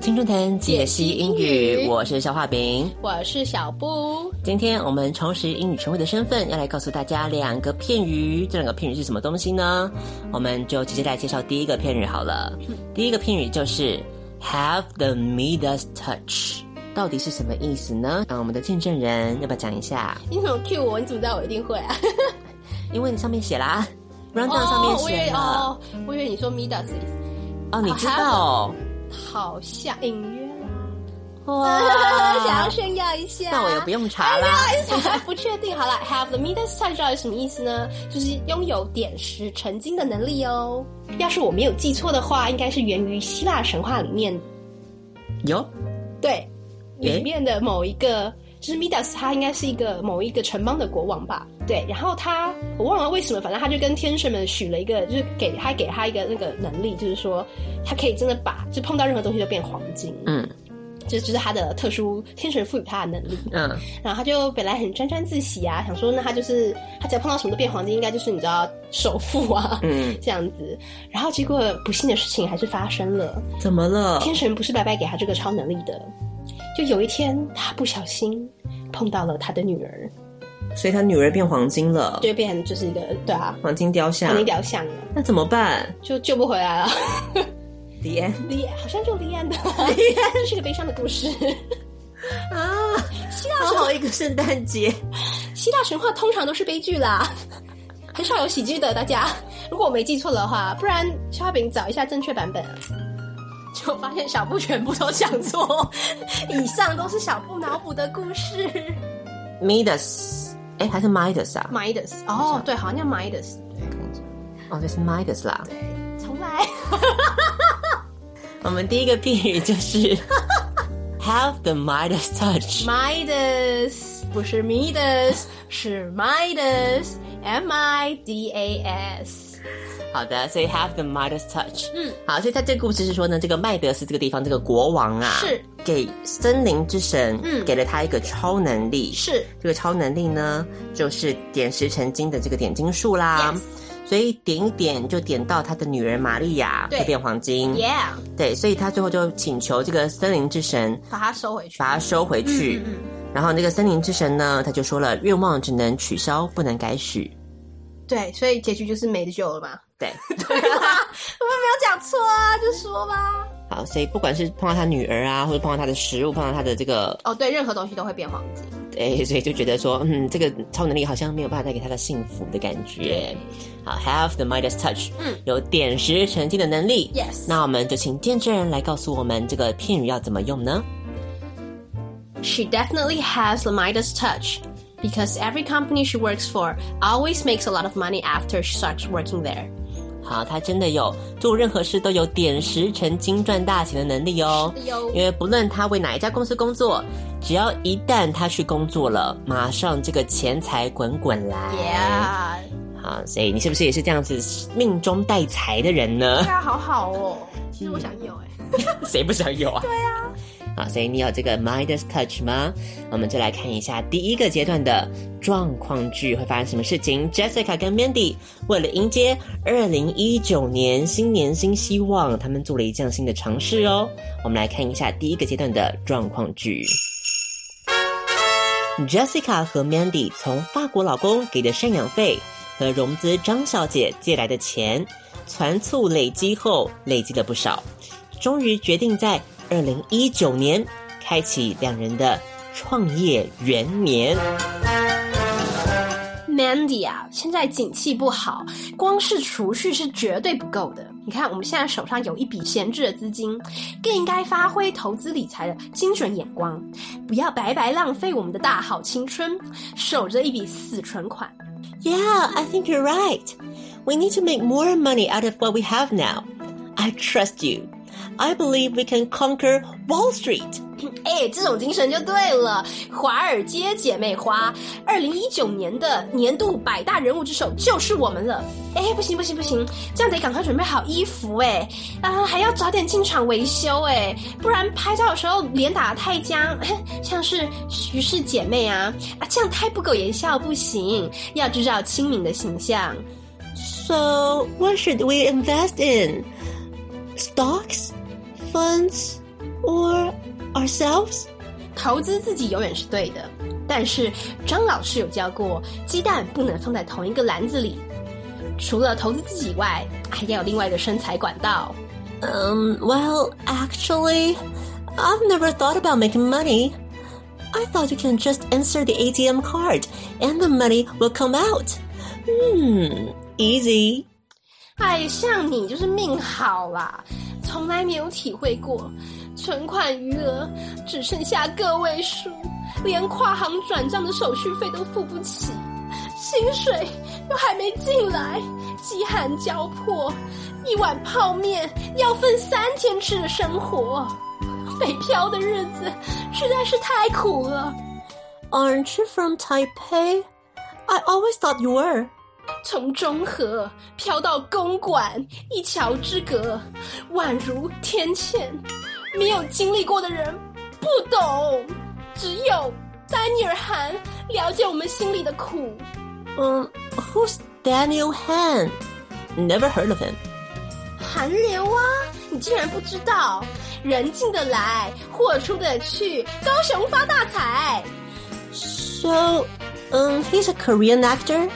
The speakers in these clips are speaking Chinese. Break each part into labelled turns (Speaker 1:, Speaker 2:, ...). Speaker 1: 青春藤解析英语，我是肖画饼。
Speaker 2: 我是小布，
Speaker 1: 今天我们重拾英语权威的身份，要来告诉大家两个片语。这两个片语是什么东西呢？我们就直接来介绍第一个片语好了。
Speaker 2: 嗯
Speaker 1: 第一个片语就是 have the Midas touch，到底是什么意思呢？啊，我们的见证人要不要讲一下？
Speaker 2: 你怎么 Q 我？你怎么知道我一定会啊？
Speaker 1: 因为你上面写啦，rundown 上面
Speaker 2: 哦我以
Speaker 1: 写
Speaker 2: 为
Speaker 1: 了。
Speaker 2: 哦，我以为你说 Midas 的意思
Speaker 1: 哦，你知道哦？
Speaker 2: 好像隐 约啦，哦
Speaker 1: 哇
Speaker 2: 想要炫耀一下。
Speaker 1: 那我也不用查啦。
Speaker 2: 哎。不确定， 好了，have the Midas touch 到底什么意思呢？就是拥有点石成金的能力哦。要是我没有记错的话，应该是源于希腊神话里面
Speaker 1: 有
Speaker 2: 对，
Speaker 1: 诶
Speaker 2: 里面的某一个，就是 Midas，他应该是一个某一个城邦的国王吧？对，然后他我忘了为什么，反正他就跟天神们许了一个，就是给他给他一个那个能力，就是说他可以真的把，就碰到任何东西都变黄金，
Speaker 1: 嗯
Speaker 2: 这就是他的特殊天神赋予他的能力。
Speaker 1: 嗯，
Speaker 2: 然后他就本来很沾沾自喜啊，想说那他就是他只要碰到什么都变黄金，应该就是你知道首富啊，
Speaker 1: 嗯
Speaker 2: 这样子。然后结果不幸的事情还是发生了，
Speaker 1: 怎么了？
Speaker 2: 天神不是白白给他这个超能力的，就有一天他不小心碰到了他的女儿，
Speaker 1: 所以他女儿变黄金了，
Speaker 2: 就变成就是一个对啊，
Speaker 1: 黄金雕像
Speaker 2: 肯。定雕像了，
Speaker 1: 那怎么办？
Speaker 2: 就救不回来了。
Speaker 1: 迪安
Speaker 2: 离好像就离岸的，离岸是个悲伤的故事。
Speaker 1: 啊，
Speaker 2: 希腊
Speaker 1: 好好一个圣诞节。
Speaker 2: 希腊神话通常都是悲剧啦，很少有喜剧的。大家，如果我没记错的话，不然肖饼找一下正确版本。就发现小布全部都讲错，以上都是小布脑补的故事。
Speaker 1: Midas，哎，还是 Midas 啊？
Speaker 2: Midas，哦，对，好像叫 Midas，
Speaker 1: 哦，这是 Midas 啦。
Speaker 2: 对，重来。
Speaker 1: 我们第一个片语就是 have the Midas touch。
Speaker 2: Midas 不是 Midas，是 Midas，M I D A S。
Speaker 1: 好的，所以 have the Midas touch。嗯，好，所以他这个故事是说呢，这个麦德斯这个地方这个国王啊，
Speaker 2: 是
Speaker 1: 给森林之神，
Speaker 2: 嗯
Speaker 1: 给了他一个超能力，
Speaker 2: 是
Speaker 1: 这个超能力呢，就是点石成金的这个点金术啦。所以点一点就点到他的女儿玛利亚，
Speaker 2: 对
Speaker 1: 会变黄金。
Speaker 2: ，Yeah，
Speaker 1: 对，所以他最后就请求这个森林之神
Speaker 2: 把它收回去。
Speaker 1: 把它收回去。
Speaker 2: 嗯嗯
Speaker 1: 然后那个森林之神呢，他就说了，愿望只能取消，不能改许。
Speaker 2: 对，所以结局就是没得救了 嘛。
Speaker 1: 对，
Speaker 2: 对啊，我们没有讲错啊，就说吧。
Speaker 1: 好，所以不管是碰到他女儿啊，或者碰到他的食物，碰到他的这个，
Speaker 2: 哦，对，任何东西都会变黄金。
Speaker 1: 哎，所以就觉得说，嗯，这个超能力好像没有办法带给他的幸福的感觉。好，have the Midas touch，
Speaker 2: 嗯
Speaker 1: 有点石成金的能力。
Speaker 2: Yes
Speaker 1: 那我们就请见证人来告诉我们这个片语要怎么用呢？
Speaker 2: She definitely has the Midas touch because every company she works for always makes a lot of money after she starts working there.
Speaker 1: 好，他真的有做任何事都有点石成金赚大钱的能力哦。
Speaker 2: 是的哟
Speaker 1: 因为不论他为哪一家公司工作，只要一旦他去工作了，马上这个钱财滚滚来。
Speaker 2: Yeah，
Speaker 1: 好，所以你是不是也是这样子命中带财的人呢
Speaker 2: 对？啊，好好哦。其实我想有哎、
Speaker 1: 谁不想有啊？对啊。好，所以你有这个 Midas Touch 吗？我们就来看一下第一个阶段的状况剧会发生什么事情。Jessica 跟 Mandy 为了迎接2019年新年新希望，他们做了一项新的尝试哦。我们来看一下第一个阶段的状况剧。Jessica 和 Mandy 从法国老公给的赡养费和融资张小姐借来的钱，攒促累积后累积了不少，终于决定在二零一九年开启两人的创业元年。
Speaker 2: Mandy 啊，现在景气不好，光是储蓄是绝对不够的。你看，我们现在手上有一笔闲置的资金，更应该发挥投资理财的精准眼光，不要白白浪费我们的大好青春，守着一笔死存款。
Speaker 1: Yeah, I think you're right. We need to make more money out of what we have now. I trust you. I believe we can conquer Wall Street.
Speaker 2: 哎，这种精神就对了。华尔街姐妹花，二零一九年的年度百大人物之首就是我们了。哎，不行不行不行，这样得赶快准备好衣服哎，啊，还要早点进场维修哎，不然拍照的时候脸打得太僵，哎像是徐氏姐妹啊啊，这样太不苟言笑不行，要制造亲民的形象。
Speaker 1: So, what should we invest in? Stocks, funds, or ourselves?
Speaker 2: 投资自己永远是对的，但是张老师有教过，鸡蛋不能放在同一个篮子里。除了投资自己以外，还要有另外的生财管道。
Speaker 1: Um, well, actually, I've never thought about making money. I thought you can just insert the ATM card and the money will come out. Hmm, easy.
Speaker 2: 哎，像你就是命好啦，从来没有体会过，存款余额只剩下个位数，连跨行转账的手续费都付不起，薪水又还没进来，饥寒交迫，一碗泡面要分三天吃的生活，北漂的日子实在是太苦了。
Speaker 1: Aren't you from Taipei? I always thought you were.
Speaker 2: 从中和飘到公馆，一桥之隔，宛如天堑。没有经历过的人不懂，只有丹尼尔·韩了解我们心里的苦。
Speaker 1: Um, who's Daniel Han? Never heard of him.
Speaker 2: 韩流啊，你竟然不知道？人进得来，货出得去，高雄发大财，
Speaker 1: So, um, he's a Korean actor?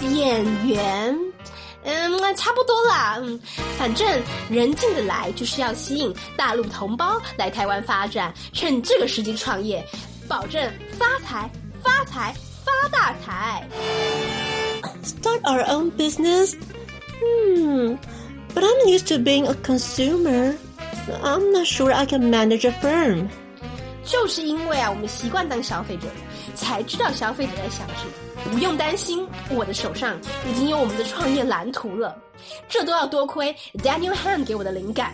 Speaker 2: 演员。嗯，差不多啦。嗯，反正人进得来，就是要吸引大陆同胞来台湾发展，趁这个时机创业，保证发财、发财、发大财。
Speaker 1: Start our own business? Hmm, but I'm used to being a consumer. I'm not sure I can manage a firm.
Speaker 2: 就是因为啊，我们习惯当消费者，才知道消费者在想什么。不用担心，我的手上已经有我们的创业蓝图了。这都要多亏 Daniel Han 给我的灵感。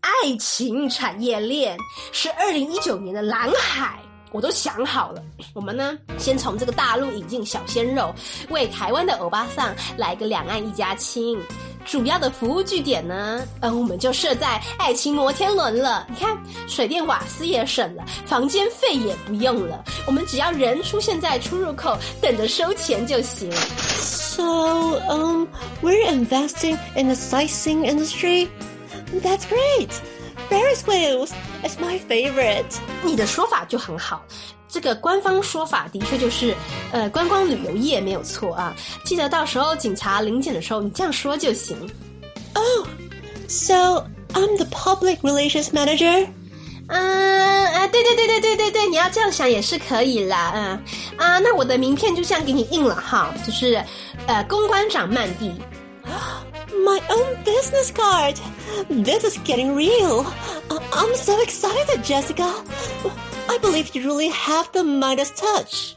Speaker 2: 爱情产业链是二零一九年的蓝海，我都想好了。我们呢，先从这个大陆引进小鲜肉，为台湾的欧巴桑来个两岸一家亲。主要的服务据点呢，嗯，我们就设在爱情摩天轮了。你看，水电瓦斯也省了，房间费也不用了，我们只要人出现在出入口，等着收钱就行。
Speaker 1: So, um, we're investing in the sightseeing industry? That's great! Ferris wheels is my favorite.
Speaker 2: 你的说法就很好。这个官方说法的确就是，呃，观光旅游业没有错啊。记得到时候警察临检的时候，你这样说就行。
Speaker 1: So, I'm the public relations manager?
Speaker 2: 嗯啊，对对对对对对对，你要这样想也是可以啦。嗯啊，那我的名片就这样给你印了哈，就是呃，公关长曼蒂。
Speaker 1: My own business card! This is getting real! I- I'm so excited, Jessica! I believe you really have the Midas touch!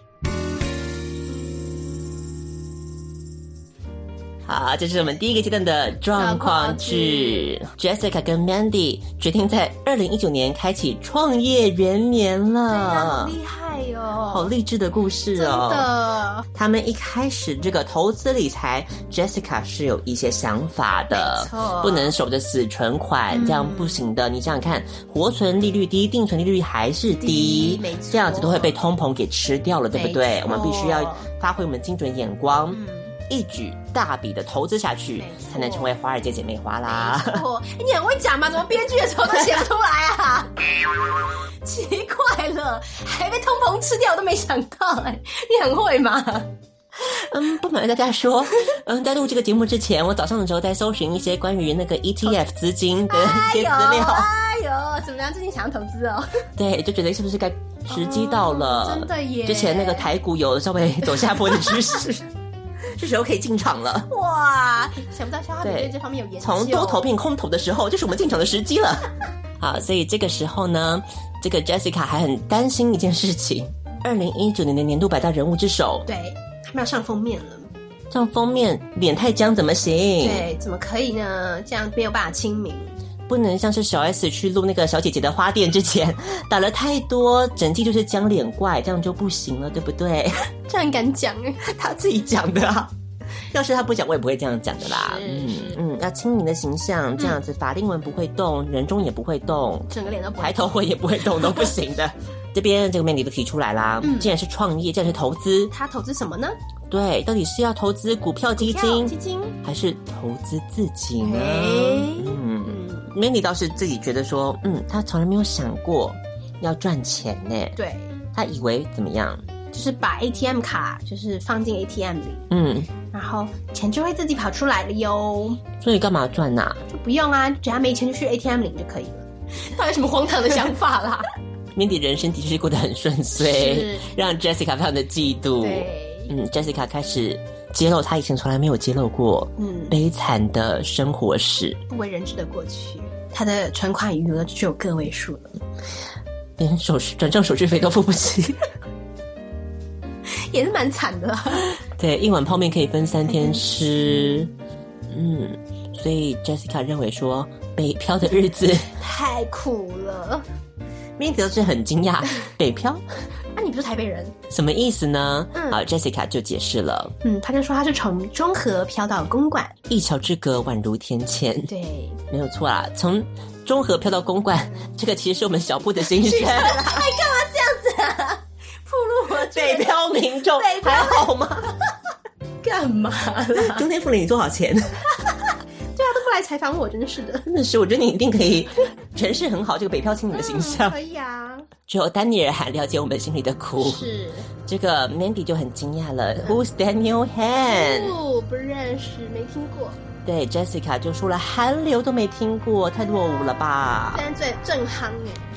Speaker 1: 好，这是我们第一个阶段的状况剧。Jessica 跟 Mandy 决定在二零一九年开启创业元年了，
Speaker 2: 厉害哟、
Speaker 1: 啊好励志的故事
Speaker 2: 真
Speaker 1: 哦！
Speaker 2: 的，
Speaker 1: 他们一开始这个投资理财，Jessica 是有一些想法的
Speaker 2: 没错，
Speaker 1: 不能守着死存款，这样不行的。你想想看，活存利率低，定存利率还是低
Speaker 2: 低没，错
Speaker 1: 这样子都会被通膨给吃掉了，对不对
Speaker 2: 没？错
Speaker 1: 我
Speaker 2: 嗯
Speaker 1: 们必须要发挥我们精准眼光，一举大笔的投资下去
Speaker 2: 没，错
Speaker 1: 才能成为华尔街姐妹花啦。
Speaker 2: 哦， 你很会讲嘛？怎么编剧的时候都写不出来啊？ 奇怪了，还被通膨吃掉，我都没想到哎、你很会 嘛？
Speaker 1: 嗯， 不瞒大家说， 嗯，在录这个节目之前，我早上的时候在搜寻一些关于那个 ETF 资金的一些资料。
Speaker 2: 哎呦，怎么样？最近想要投资哦？
Speaker 1: 对，就觉得是不是该时机到了？
Speaker 2: 哦真的耶
Speaker 1: 之前那个台股有稍微走下坡的 趋势，是时候可以进场了。
Speaker 2: 哇，想不到肖化饼
Speaker 1: 对
Speaker 2: 对这方面有研究。
Speaker 1: 从多头变空头的时候，就是我们进场的时机 了。好，所以这个时候呢，这个 Jessica 还很担心一件事情：二零一九年的年度百大人物之首
Speaker 2: 对，他们要上封面了。
Speaker 1: 这样封面脸太僵怎么行？，
Speaker 2: 对，怎么可以呢？这样没有办法亲民。
Speaker 1: 不能像是小 S 去录那个小姐姐的花店之前 打了太多，整季就是僵脸怪，这样就不行了，对不对？
Speaker 2: 这样敢讲哎、
Speaker 1: 他自己讲的 啊。要是他不讲，我也不会这样讲的啦。
Speaker 2: 是
Speaker 1: 嗯
Speaker 2: 是
Speaker 1: 嗯，要亲民的形象，这样子法令纹不会动，人中也不会动，
Speaker 2: 整个脸都不
Speaker 1: 抬
Speaker 2: 会
Speaker 1: 头纹也不会动，都不行 的。这边这个魅力都提出来啦，既然是创业，既然是投资，
Speaker 2: 他投资什么呢？
Speaker 1: 对，到底是要投资股票基
Speaker 2: 跳
Speaker 1: 金，
Speaker 2: 基金。
Speaker 1: 还是投资自己呢？
Speaker 2: 哎
Speaker 1: 嗯
Speaker 2: 嗯，
Speaker 1: ，Mandy 倒是自己觉得说，嗯，他从来没有想过要赚钱呢，
Speaker 2: 对，
Speaker 1: 他以为怎么样？
Speaker 2: 就是把 ATM 卡就是放进 ATM 里，
Speaker 1: 嗯，
Speaker 2: 然后钱就会自己跑出来了哟，
Speaker 1: 所以干嘛赚呐、
Speaker 2: 就不用啊，只要没钱就去 ATM 领就可以了。 到底什么荒唐的想法啦？
Speaker 1: Mandy 人生的确是过得很顺
Speaker 2: 是
Speaker 1: 遂，让 Jessica 非常的嫉妒。
Speaker 2: 对，
Speaker 1: 嗯，Jessica 开始揭露她以前从来没有揭露过
Speaker 2: 嗯，
Speaker 1: 悲惨的生活史。
Speaker 2: 不为人知的过去，他的存款余额只有个位数了，
Speaker 1: 连手续转账手续费都付 不起。
Speaker 2: 也是蛮惨的啦。
Speaker 1: 对，一碗泡面可以分三天吃。嗯，所以 Jessica 认为说北漂的日子，
Speaker 2: 太苦了。
Speaker 1: m i n d y 都是很惊 讶，北漂
Speaker 2: 啊，你不是台北人？
Speaker 1: 什么意思呢？
Speaker 2: 嗯
Speaker 1: 好，Jessica 就解释了，
Speaker 2: 嗯，他就说他是从中和飘到公馆。
Speaker 1: 一桥之隔宛如天堑，
Speaker 2: 对，
Speaker 1: 没有错啦，从。中和漂到公馆， 这个 其实是我们小布的心声。
Speaker 2: 铺路 我
Speaker 1: 北漂民众
Speaker 2: 北漂
Speaker 1: 还好吗？
Speaker 2: 干嘛啦？ 对啊，
Speaker 1: 中天付了你多少钱？
Speaker 2: 都不来采访我，真是的。
Speaker 1: 真的是，我觉得你一定可以 诠释很好这个北漂青年的形象。
Speaker 2: 可以啊，
Speaker 1: 只有丹尼尔还了解我们心里的苦。
Speaker 2: 是
Speaker 1: 这个 Mandy 就很惊讶了，Who's Daniel Han？
Speaker 2: 不哦不认识，没听过。
Speaker 1: 对，Jessica 就说了，韩流都没听过，太落伍了吧？
Speaker 2: 但最正夯哎，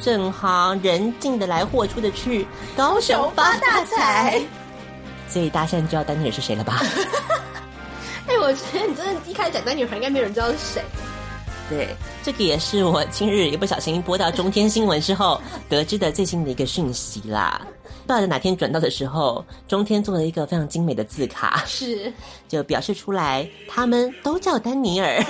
Speaker 1: 正行人进得来，货出得去，高手发大财。所以大家现在知道丹尼尔是谁了吧？
Speaker 2: 哎，我觉得你真的一开始讲丹女孩，应该没有人知道是谁。
Speaker 1: 对，这个也是我今日一不小心播到中天新闻之后得知的最新的一个讯息啦。不知道哪天转到的时候，中天做了一个非常精美的字卡，
Speaker 2: 是
Speaker 1: 就表示出来，他们都叫丹尼尔。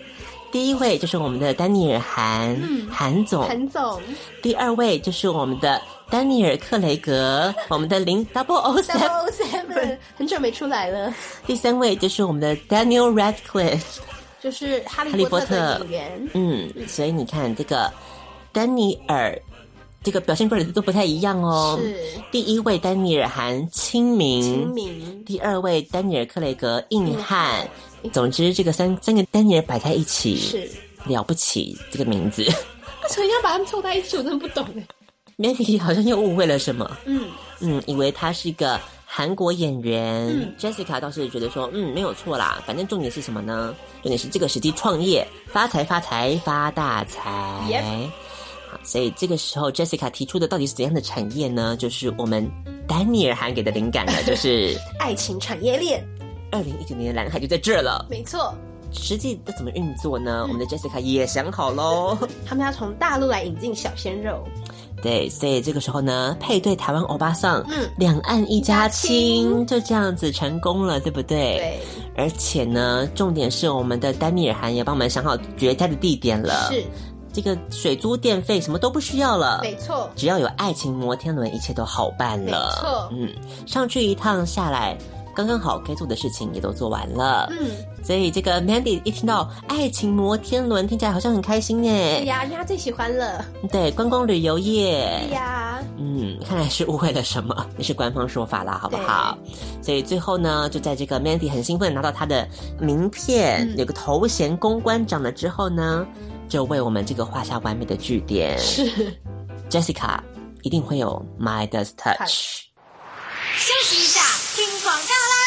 Speaker 1: 第一位就是我们的丹尼尔韩、韩总，
Speaker 2: 嗯韩总
Speaker 1: 第二位就是我们的丹尼尔克雷格，我们的零 double o seven，
Speaker 2: ，Double Seven，很久没出来了，
Speaker 1: 第三位就是我们的 Daniel Radcliffe。
Speaker 2: 就是哈
Speaker 1: 哈利
Speaker 2: 利
Speaker 1: 波
Speaker 2: 波特的
Speaker 1: 特
Speaker 2: 演员。
Speaker 1: 嗯，所以你看这个丹尼尔，这个表现出来的都不太一样哦。
Speaker 2: 是
Speaker 1: 第一位丹尼尔韩亲民，
Speaker 2: 清明，
Speaker 1: 第二位丹尼尔克雷格硬汉。总之，这个三三个丹尼尔摆在一起
Speaker 2: 嗯是
Speaker 1: 了不起，这个名字。
Speaker 2: 所以要把他们凑在一起，我真的不懂哎。
Speaker 1: Mandy 好像又误会了什么，
Speaker 2: 嗯，
Speaker 1: 嗯，以为他是一个韩国演员。
Speaker 2: 嗯
Speaker 1: Jessica 倒是觉得说，嗯，没有错啦，反正重点是什么呢？重点是这个时机创业，发财发财发大财。
Speaker 2: Yep
Speaker 1: 好，所以这个时候 Jessica 提出的到底是怎样的产业呢？就是我们丹尼尔韩给的灵 感呢，就是
Speaker 2: 爱情产业链，
Speaker 1: 二零一九年的蓝海就在这儿了。
Speaker 2: 没错，
Speaker 1: 实际要怎么运作
Speaker 2: 嗯
Speaker 1: 呢？我们的 Jessica 也想好 喽。
Speaker 2: 他们要从大陆来引进小鲜肉，
Speaker 1: 对，所以这个时候呢，配对台湾欧巴桑，
Speaker 2: 嗯
Speaker 1: 两岸一家
Speaker 2: 一
Speaker 1: 亲，就这样子成功了，对不对？。
Speaker 2: 对，
Speaker 1: 而且呢，重点是我们的丹尼尔韩也帮我们想好绝佳的地点了，
Speaker 2: 是
Speaker 1: 这个水租、电费什么都不需要了，
Speaker 2: 没错，
Speaker 1: 只要有爱情摩天轮，一切都好办了。
Speaker 2: 没
Speaker 1: 嗯，上去一趟下来，刚刚好该做的事情也都做完了。
Speaker 2: 嗯，
Speaker 1: 所以这个 Mandy 一听到爱情摩天轮，听起来好像很开心
Speaker 2: 对
Speaker 1: 耶。
Speaker 2: 哎呀，人家最喜欢了，
Speaker 1: 对，观光旅游
Speaker 2: 对
Speaker 1: 业，
Speaker 2: 呀，
Speaker 1: 嗯，看来是误会了什么，那是官方说法啦，好不好？所以最后呢，就在这个 Mandy 很兴奋拿到她的名片，
Speaker 2: 嗯
Speaker 1: 有个头衔公关长了之后呢，就为我们这个画下完美的句点。
Speaker 2: 是
Speaker 1: Jessica 一定会有 My d e s Touch。
Speaker 3: 休息一下，听广告喽。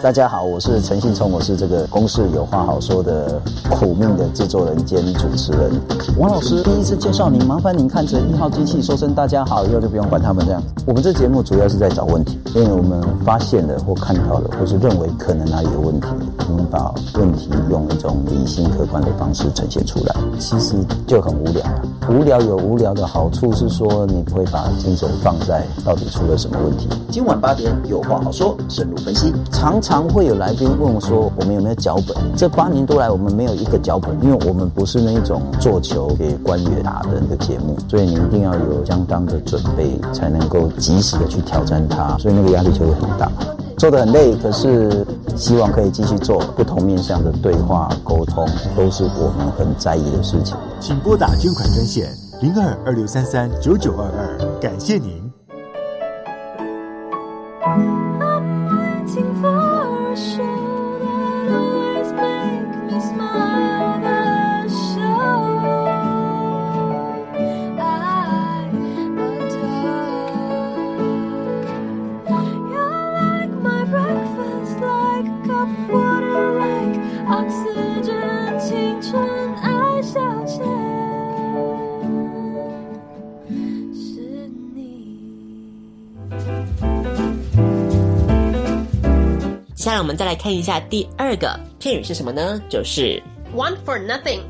Speaker 4: 大家好，我是陈信聪，我是这个公事有话好说的苦命的制作人兼主持人。王老师第一次介绍您，麻烦您看着一号机器说声大家好，以后就不用管他们这样。我们这节目主要是在找问题，因为我们发现了或看到了，或是认为可能哪里有问题，我们把问题用一种理性客观的方式呈现出来，其实就很无聊啊。无聊有无聊的好处是说，你不会把精神放在到底出了什么问题。今晚八点有话好说，深入分析。常常会有来宾问我说，我们有没有脚本？这八年多来，我们没有一个脚本，因为我们不是那一种做球给官员打的那个节目，所以你一定要有相当的准备，才能够及时的去挑战它，所以那个压力就会很大。做的很累，可是希望可以继续做不同面向的对话沟通，都是我们很在意的事情。
Speaker 5: 请拨打捐款专线零二二六三三九九二二，感谢您。
Speaker 6: Oxygen，青春爱消遣，是你。
Speaker 1: 下来我们再来看一下第二个片语是什么呢？就是
Speaker 2: One for nothing，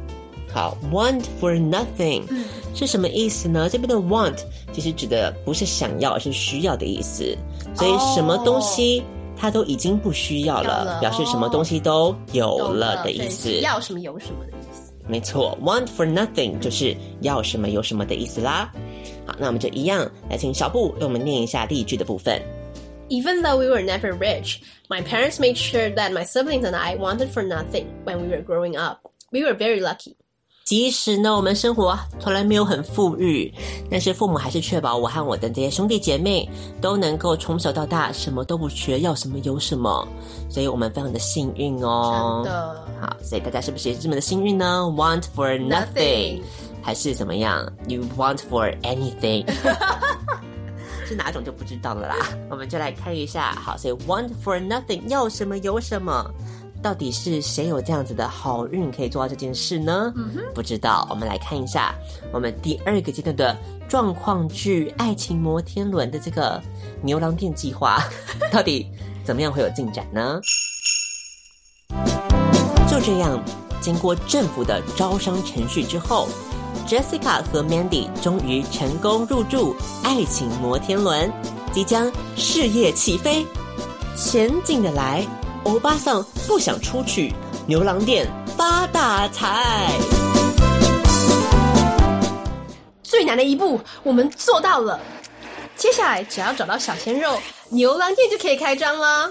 Speaker 1: 好，want for nothing
Speaker 2: 嗯
Speaker 1: 是什么意思呢？这边的 want 其实指的不是想要，而是需要的意思。所以什么东西它都已经不需要了，
Speaker 2: 哦有了
Speaker 1: 表示什么东西都有
Speaker 2: 懂
Speaker 1: 了的意思。
Speaker 2: 对要什么有什么的意思。
Speaker 1: 没错，want for nothing 就是要什么有什么的意思啦。好，那我们就一样来请小布为我们念一下例句的部分。
Speaker 2: Even though we were never rich, my parents made sure that my siblings and I wanted for nothing when we were growing up. We were very lucky.
Speaker 1: 即使呢，我们生活从来没有很富裕，但是父母还是确保我和我的这些兄弟姐妹都能够从小到大什么都不缺，要什么有什么，所以我们非常的幸运哦。
Speaker 2: 真的
Speaker 1: 好，所以大家是不是也是这么的幸运呢？Want for nothing，
Speaker 2: Nothing
Speaker 1: 还是怎么样？You want for anything？是哪种就不知道了啦。我们就来看一下，好，所以 want for nothing 要什么有什么，到底是谁有这样子的好运可以做到这件事呢？不知道，我们来看一下我们第二个阶段的状况剧《爱情摩天轮》的这个牛郎店计划， 到底怎么样会有进展呢？就这样，经过政府的招商程序之后，Jessica 和 Mandy 终于成功入住爱情摩天轮，即将事业起飞。前景的来，欧巴桑不想出去，牛郎店发大财。
Speaker 2: 最难的一步我们做到了，接下来只要找到小鲜肉，牛郎店就可以开张了。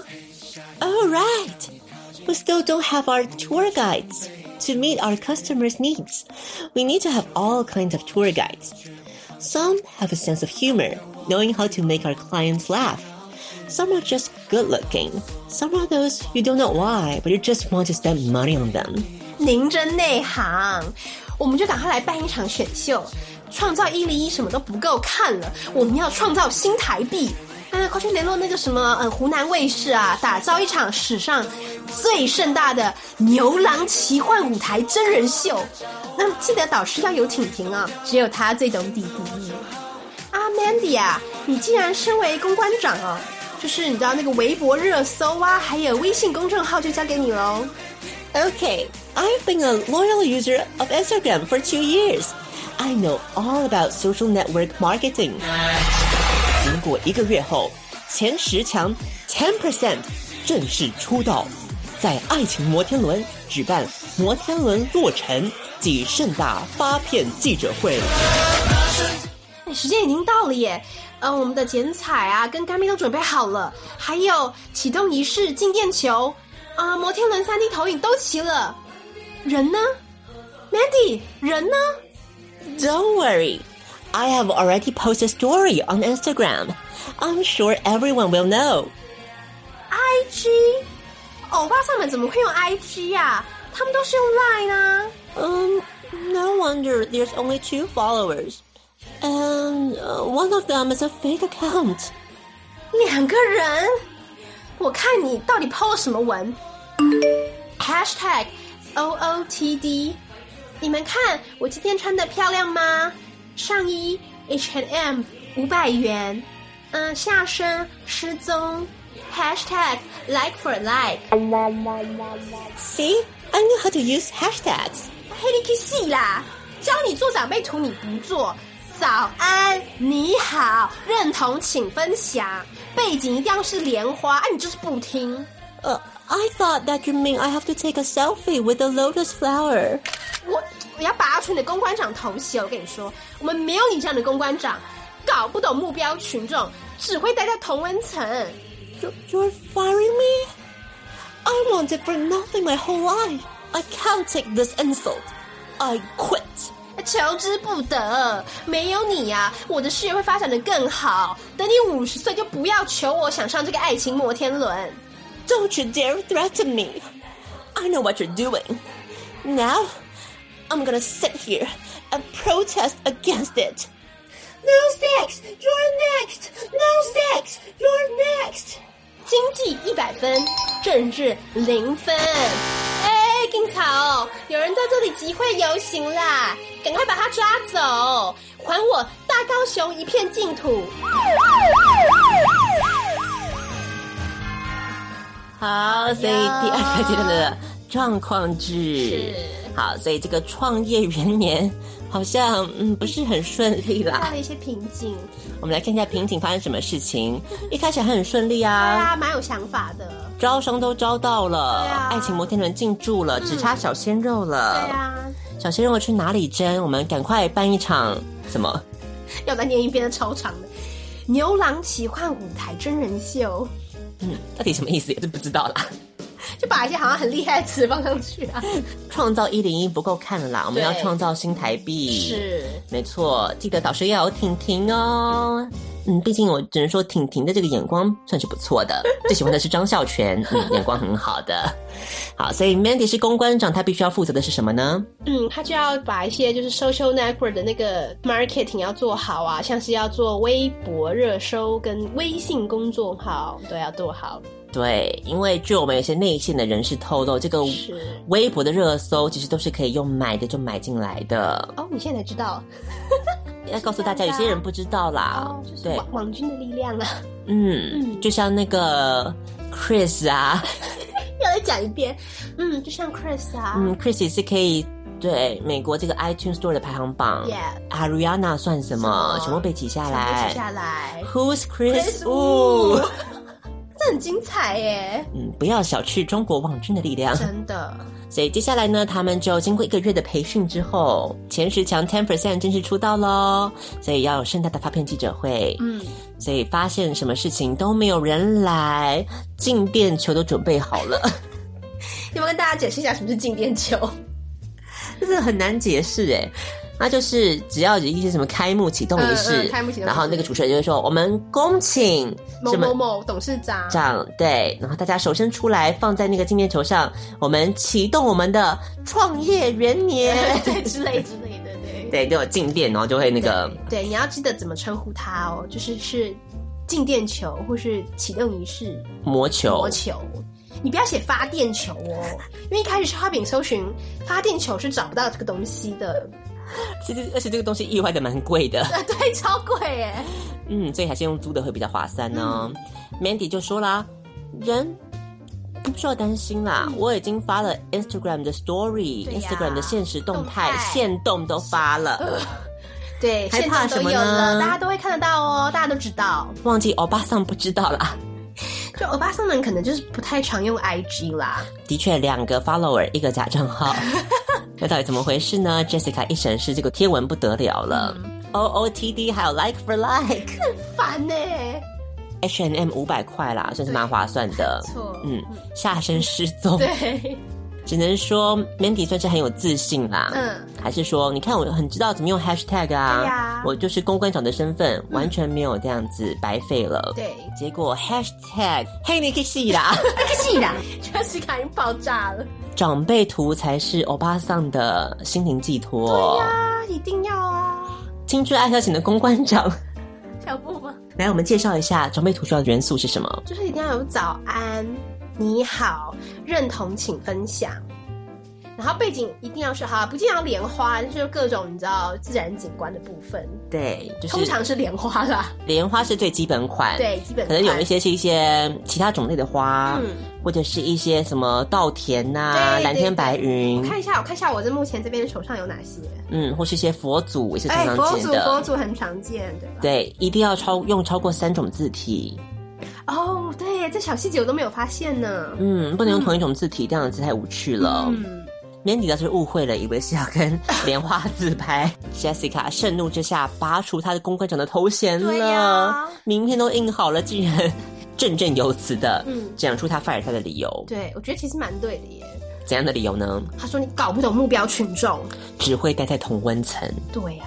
Speaker 1: All right, we still don't have our tour guides to meet our customers' needs. We need to have all kinds of tour guides. Some have a sense of humor, knowing how to make our clients laugh. Some are just good looking. Some are those you don't know why, but you just want to spend money on them.
Speaker 2: 您真内行，我们就赶快来办一场选秀，创造一零一什么都不够看了，我们要创造新台币。啊，快去联络那个什么，嗯，湖南卫视啊，打造一场史上最盛大的牛郎奇幻舞台真人秀。那记得导师要有婷婷啊，只有她最懂底迪。啊，Mandy 啊，你竟然身为公关长哦，就是你知道那个微博热搜啊，还有微信公众号就交给你喽。
Speaker 1: Okay, I've been a loyal user of Instagram for two years. I know all about social network marketing. 经过一个月后，前十强 Ten Percent 正式出道，在爱情摩天轮举办摩天轮落成及盛大发片记者会。
Speaker 2: 哎，时间已经到了耶。呃，我们的剪彩啊，跟干妹都准备好了，还有启动仪式、进电球，啊、摩天轮、三 D 投影都齐了。人呢？Mandy，人呢？
Speaker 1: Don't worry, I have already posted a story on Instagram. I'm sure everyone will know.
Speaker 2: IG，欧巴桑们怎么会用 IG 呀、他们都是用 Line 啊。
Speaker 1: Um, no wonder there's only two followers. And uh, one of them is a fake account.
Speaker 2: 两个人，我看你到底抛了什么文？#hashtag O O T D，你们看我今天穿的漂亮吗？上衣 H and M 五百元，嗯，下身失踪。#hashtag like for like，
Speaker 1: See, I know how to use hashtags.
Speaker 2: 黑你去死啦！教你做长辈图你不做。早安，你好，认同请分享。背景一定要是莲花，啊，你就是不听。
Speaker 1: Uh, I thought that you mean I have to take a selfie with the lotus flower.
Speaker 2: 我我要拔出你的公关长头衔！我跟你说，我们没有你这样的公关长，搞不懂目标群众，只会待在同温层。
Speaker 1: You, you're firing me? I wanted for nothing my whole life. I can't take this insult. I quit.
Speaker 2: 哎求之不得，没有你呀、我的事业会发展的更好。等你五十岁就不要求我想上这个爱情摩天轮。
Speaker 1: Don't you dare threaten me. I know what you're doing. Now, I'm gonna sit here and protest against it. No sex! You're next! No sex! You're next!
Speaker 2: 经济一百分，政治零分。哎，警察哦，有人在这里集会游行啦，赶快把他抓走，还我大高雄一片净土。
Speaker 1: 好，所以第二个阶段的状况是，好，所以这个创业元年好像嗯不是很顺利
Speaker 2: 到
Speaker 1: 啦。
Speaker 2: 了一些瓶颈，
Speaker 1: 我们来看一下瓶颈发生什么事情。一开始还很顺利
Speaker 2: 对
Speaker 1: 啊，
Speaker 2: 啊，蛮有想法的。
Speaker 1: 招生都招到了，
Speaker 2: 对啊
Speaker 1: 爱情摩天轮进驻了，只差小鲜肉了。
Speaker 2: 对啊，
Speaker 1: 小鲜肉去哪里争？我们赶快办一场什么？
Speaker 2: 要再念一遍超长的。牛郎奇幻舞台真人秀，
Speaker 1: 嗯，到底什么意思也是不知道啦。
Speaker 2: 就把一些好像很厉害的词放上去啊。
Speaker 1: 创造一零一不够看了啦，我们
Speaker 2: 对
Speaker 1: 要创造新台币。
Speaker 2: 是，
Speaker 1: 没错，记得导师要有婷婷哦。嗯，毕竟我只能说婷婷的这个眼光算是不错 的，最喜欢的是张孝全，嗯，眼光很好的。好，所以 Mandy 是公关长，他必须要负责的是什么呢？
Speaker 2: 嗯，他就要把一些就是 social network 的那个 marketing 要做好啊，像是要做微博热搜跟微信公众号都要做好。
Speaker 1: 对，因为据我们有些内线的人士透露，这个
Speaker 2: 是
Speaker 1: 微博的热搜其实都是可以用买的就买进来的。
Speaker 2: 哦，你现在才知道
Speaker 1: 要告诉大家，有些人不知道啦
Speaker 2: 哦，，就是
Speaker 1: 对，
Speaker 2: 网网军的力量啊！
Speaker 1: 嗯，就像那个 Chris 啊，
Speaker 2: 要再讲一遍，嗯，就像 Chris 啊，
Speaker 1: 嗯，Chris 也是可以对美国这个 iTunes Store 的排行榜
Speaker 2: Yeah
Speaker 1: Ariana 算什么？
Speaker 2: 什么
Speaker 1: 全部被挤下
Speaker 2: 全部
Speaker 1: 来。
Speaker 2: 记下来
Speaker 1: Who's Chris
Speaker 2: Chris
Speaker 1: Wu？
Speaker 2: Wu 这很精彩耶，
Speaker 1: 嗯，不要小觑中国网军的力量。
Speaker 2: 真的。
Speaker 1: 所以接下来呢，他们就经过一个月的培训之后，前十强 Ten Percent 正式出道喽。所以要有盛大的发片记者会。
Speaker 2: 嗯，
Speaker 1: 所以发现什么事情都没有人来，静电球都准备好了，
Speaker 2: 要不要跟大家解释一下什么是静电球？
Speaker 1: 这个很难解释哎。那就是只要有一些什么开幕启动仪
Speaker 2: 嗯
Speaker 1: 式，
Speaker 2: 嗯开幕启动仪式
Speaker 1: 然后那个主持人就会说：“我们恭请
Speaker 2: 某
Speaker 1: 什么
Speaker 2: 某某董事长，
Speaker 1: 长对，然后大家手伸出来放在那个静电球上，我们启动我们的创业元年。
Speaker 2: 对 之类之类的，对。
Speaker 1: 对，都有静电，然后就会那个
Speaker 2: 对，你要记得怎么称呼它哦，就是是静电球或是启动仪式
Speaker 1: 魔球。
Speaker 2: 魔球。你不要写发电球 哦，因为一开始花饼搜寻发电球是找不到这个东西的，
Speaker 1: 其实而且这个东西意外的蛮贵的，
Speaker 2: 啊，对，超贵哎，
Speaker 1: 嗯，所以还是用租的会比较划算呢、Mandy
Speaker 2: 嗯
Speaker 1: 就说啦，人。不需要担心啦，我已经发了 Instagram 的 Story、
Speaker 2: 嗯对呀
Speaker 1: Instagram 的现实动态、
Speaker 2: 动态
Speaker 1: 现动都发了，
Speaker 2: 对，
Speaker 1: 还
Speaker 2: 现
Speaker 1: 怕
Speaker 2: 在
Speaker 1: 什
Speaker 2: 都
Speaker 1: 么
Speaker 2: 有
Speaker 1: 呢
Speaker 2: 了，大家都会看得到哦，大家都知道。
Speaker 1: 忘记欧巴桑不知道啦。
Speaker 2: 就欧巴桑们可能就是不太常用 IG 啦，
Speaker 1: 的确，两个 follower 一个假账 号，那到底怎么回事呢？Jessica 一审视这个贴文不得了了、o
Speaker 2: 嗯
Speaker 1: O T D 还有 Like for Like，H
Speaker 2: 烦呢、
Speaker 1: and M 五百块啦，算是蛮划算的。
Speaker 2: 错，
Speaker 1: 嗯，下身失踪，
Speaker 2: 对，
Speaker 1: 只能说 Mandy 算是很有自信啦。
Speaker 2: 嗯，
Speaker 1: 还是说，你看我很知道怎么用 hashtag 啊，
Speaker 2: 对呀嗯
Speaker 1: 我就是公关长的身份，完全没有这样子白费了。
Speaker 2: 对
Speaker 1: 结果 hashtag 嘿你个 戏啦，
Speaker 2: 这戏
Speaker 1: 啊
Speaker 2: 啦，就是卡已经爆炸了。
Speaker 1: 长辈图才是欧巴桑的心灵寄托。
Speaker 2: 啊，一定要啊！
Speaker 1: 青春爱消遣的公关长，
Speaker 2: 小布吗？
Speaker 1: 来，我们介绍一下长辈图需要的元素是什么？
Speaker 2: 就是一定要有早安、你好、认同，请分享。然后背景一定要是哈，不见要莲花，就是各种你知道自然景观的部分，
Speaker 1: 对，就是
Speaker 2: 通常是莲花 啦。
Speaker 1: 莲花是最基本款，，
Speaker 2: 对，基本
Speaker 1: 可能有一
Speaker 2: 些
Speaker 1: 些是一些其他种类的花，
Speaker 2: 嗯
Speaker 1: 或者是一些什么稻田呐、
Speaker 2: 对
Speaker 1: 蓝天白云，
Speaker 2: 看一下，我看一下我这目前这边手上有哪些。
Speaker 1: 嗯，或是一些佛祖也是
Speaker 2: 哎，
Speaker 1: 常
Speaker 2: 佛
Speaker 1: 常见
Speaker 2: 祖
Speaker 1: 的。
Speaker 2: 佛祖很常见，对吧？
Speaker 1: 对，一定要超用超过三种字体，
Speaker 2: 哦，对，这小细节我都没有发现呢。
Speaker 1: 嗯，不能用同一种字体，这样子太无趣了。
Speaker 2: 嗯，
Speaker 1: 年底当时误会了，以为是要 跟莲花自拍。Jessica 盛怒之下拔除她的公关长的头衔
Speaker 2: 对
Speaker 1: 了
Speaker 2: 呀，
Speaker 1: 名片都印好了，竟然 振振有词的
Speaker 2: 嗯
Speaker 1: 讲出她 fire 他的理由。
Speaker 2: 对，我觉得其实蛮对的耶。
Speaker 1: 怎样的理由呢？
Speaker 2: 他说你搞不懂目标群众，
Speaker 1: 只会待在同温层。
Speaker 2: 对呀、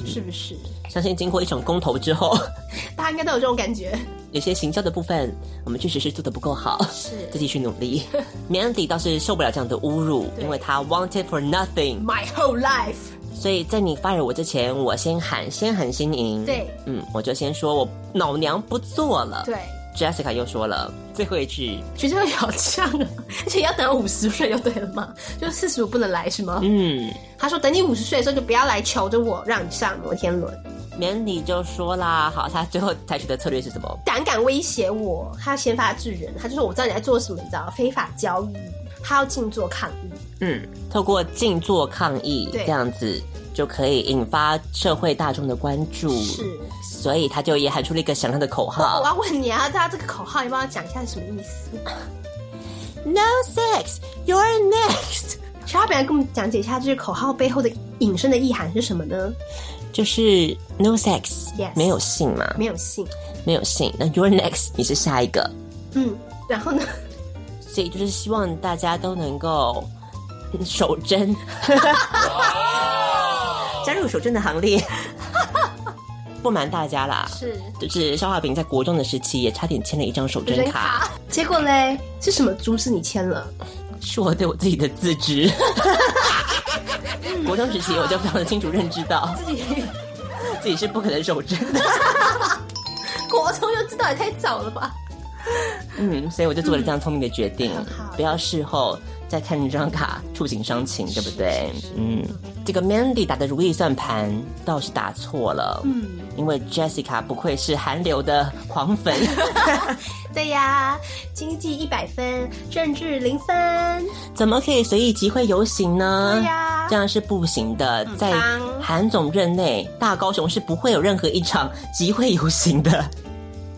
Speaker 1: 嗯
Speaker 2: 是不是？
Speaker 1: 相信经过一场公投之后，
Speaker 2: 大家应该都有这种感觉。
Speaker 1: 有些行销的部分，我们确实是做的不够好，
Speaker 2: 是
Speaker 1: 再继续努 力。Mandy 倒是受不了这样的侮辱，
Speaker 2: 对
Speaker 1: 因为她 wanted for nothing。
Speaker 2: My whole life，
Speaker 1: 所以在你 fire 我之前，我先喊，先喊先赢。
Speaker 2: 对，
Speaker 1: 嗯，我就先说我老娘不做了。
Speaker 2: 对，
Speaker 1: Jessica 又说了最后一句，
Speaker 2: 学校有这样的， 而且要等五十岁就对了嘛，就四十五不能来是吗？
Speaker 1: 嗯
Speaker 2: 他说等你五十岁的时候就不要来求着我让你上摩天轮，
Speaker 1: ，Mandy 就说啦，好，她最后采取的策略是什么？
Speaker 2: 胆敢威胁我，他要先发制人，他就说我知道你在做什么，你知道非法交易，他要静坐抗议。
Speaker 1: 嗯，透过静坐抗议
Speaker 2: 对
Speaker 1: 这样子。就可以引发社会大众的关注，
Speaker 2: 是，
Speaker 1: 所以他就也喊出了一个响亮的口
Speaker 2: 我
Speaker 1: 号
Speaker 2: 要问你啊，大家这个口号要不要讲一下是什么意思？
Speaker 1: ：“No sex, you're next。
Speaker 2: 小本来跟我们讲解一下这个口号背后的引申的意涵是什么呢？”
Speaker 1: 就是 “no sex”，、
Speaker 2: Yes
Speaker 1: 没有性嘛，
Speaker 2: 没有性，
Speaker 1: 没有性。那 “you're next”，你是下一个，
Speaker 2: 嗯，然后呢？
Speaker 1: 所以就是希望大家都能够嗯守贞，加入守贞的行列。 不瞒大家啦，
Speaker 2: 是
Speaker 1: 就是肖化饼在国中的时期也差点签了一张守贞
Speaker 2: 人
Speaker 1: 卡，
Speaker 2: 卡，结果嘞是什么猪是你签了？
Speaker 1: 是我对我自己的自知。 国中时期我就非常的清楚认知到
Speaker 2: 自己
Speaker 1: 自己是不可能守贞的，
Speaker 2: 国中就知道也太早了吧？
Speaker 1: 嗯，所以我就做了这样聪明的决定
Speaker 2: 很，嗯好
Speaker 1: 不要事后再看这张卡触景伤情，对不对？嗯，这个 Mandy 打的如意算盘倒是打错了，嗯，因为 Jessica 不愧是韩流的狂 粉，
Speaker 2: 对呀，经济一百分，政治零分，
Speaker 1: 怎么可以随意集会游行呢？
Speaker 2: 对呀
Speaker 1: 这样是不行的，在
Speaker 2: 当
Speaker 1: 韩总任内，大高雄是不会有任何一场集会游行的。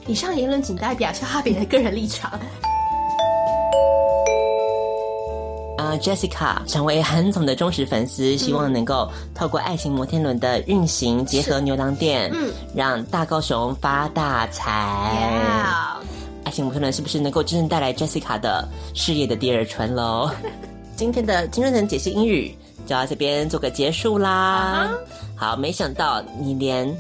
Speaker 2: 以上言论仅代表肖哈饼的个人立场。
Speaker 1: 啊、j e s s i c a 成为韩总的忠实粉丝，希望能够透过爱情摩天轮的运行，结合牛郎店，
Speaker 2: 嗯
Speaker 1: 让大高雄发大财。
Speaker 2: 哇，
Speaker 1: 爱情摩天轮是不是能够真正带来 Jessica 的事业的第二春喽？今天的青春藤解析英语就到这边做个结束啦。好，没想到你连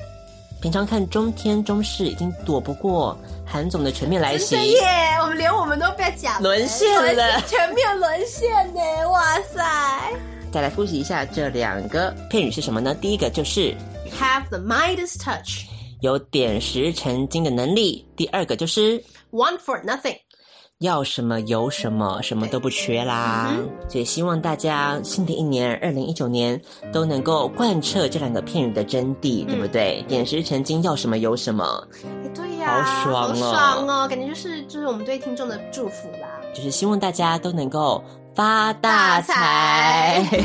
Speaker 1: 平常看中天中视已经躲不过韩总的全面来袭
Speaker 2: 真的，耶！我们连我们都被他讲
Speaker 1: 沦陷了
Speaker 2: 哎沦全面沦陷呢！哇塞
Speaker 1: 再来复习一下这两个片语是什么呢？第一个就是。
Speaker 2: ，Have the Midas touch,
Speaker 1: 有点石成金的能力。第二个就是。
Speaker 2: one for nothing。
Speaker 1: 要什么有什么，什么都不缺啦。所以希望大家新的一年二零一九年都能够贯彻这两个片语的真谛，对不对？点石成金，要什么有什么，
Speaker 2: 哎，对呀，
Speaker 1: 好爽哦
Speaker 2: 好爽哦！感觉就是就是我们对听众的祝福啦。
Speaker 1: 就是希望大家都能够发大财。
Speaker 2: 大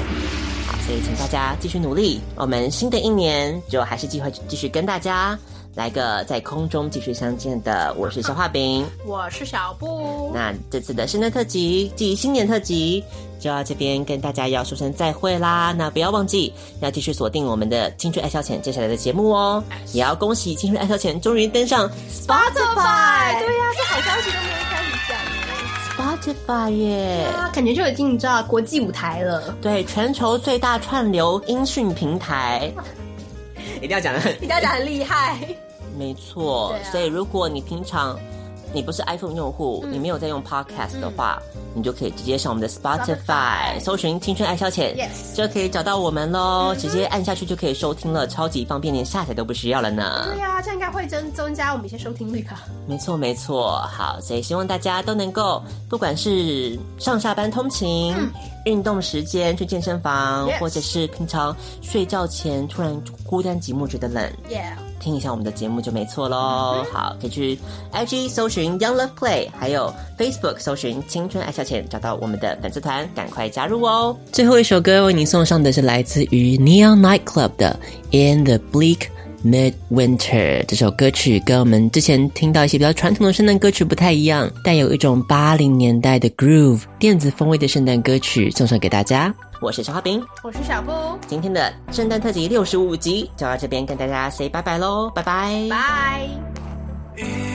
Speaker 1: 好， 所以请大家继续努力。我们新的一年就还是计划继续跟大家来个在空中继续相见的。我是小画饼。
Speaker 2: 我是小布，
Speaker 1: 那这次的圣诞特辑暨新年特辑就到这边跟大家要说声再会啦。那不要忘记要继续锁定我们的《青春爱消遣》接下来的节目哦。也要恭喜《青春爱消遣》终于登上 Spotify，
Speaker 2: 对呀、这好消息都没有开始讲
Speaker 1: ，Spotify 耶！
Speaker 2: 啊，感觉就已经你知道国际舞台了，
Speaker 1: 对，全球最大串流音讯平台， 一定要讲的很
Speaker 2: 比大家很厉害。
Speaker 1: 没错，
Speaker 2: 对啊
Speaker 1: 所以如果你平常你不是 iPhone 用户，
Speaker 2: 嗯
Speaker 1: 你没有在用 Podcast 的话，你就可以直接上我们的 Spotify 搜寻“青春爱消遣
Speaker 2: Yes 嗯
Speaker 1: 就可以找到我们喽。直接按下去就可以收听了，超级方便，连下载都不需要了呢。
Speaker 2: 对啊呀、这样应该会增增加我们一些收听率吧？
Speaker 1: 没错，没错。好，所以希望大家都能够，不管是上下班通勤、运动时间去健身房
Speaker 2: 嗯 Yes
Speaker 1: 或者是平常睡觉前突然孤单寂寞觉得冷，
Speaker 2: 耶、
Speaker 1: 听一下我们的节目就没错喽。好，可以去 IG 搜寻 Young Love Play，还有 Facebook 搜寻青春爱消遣，找到我们的粉丝团，赶快加入哦。最后一首歌为您送上的是来自于 Neon Night Club 的《In the Bleak》。Midwinter 这首歌曲跟我们之前听到一些比较传统的圣诞歌曲不太一样，带有一种八零年代的 groove 电子风味的圣诞歌曲送上给大家。我是小花饼，
Speaker 2: 我是小布，
Speaker 1: 今天的圣诞特辑六十五集就到这边跟大家 say 拜拜喽，拜拜，
Speaker 2: 拜。
Speaker 3: In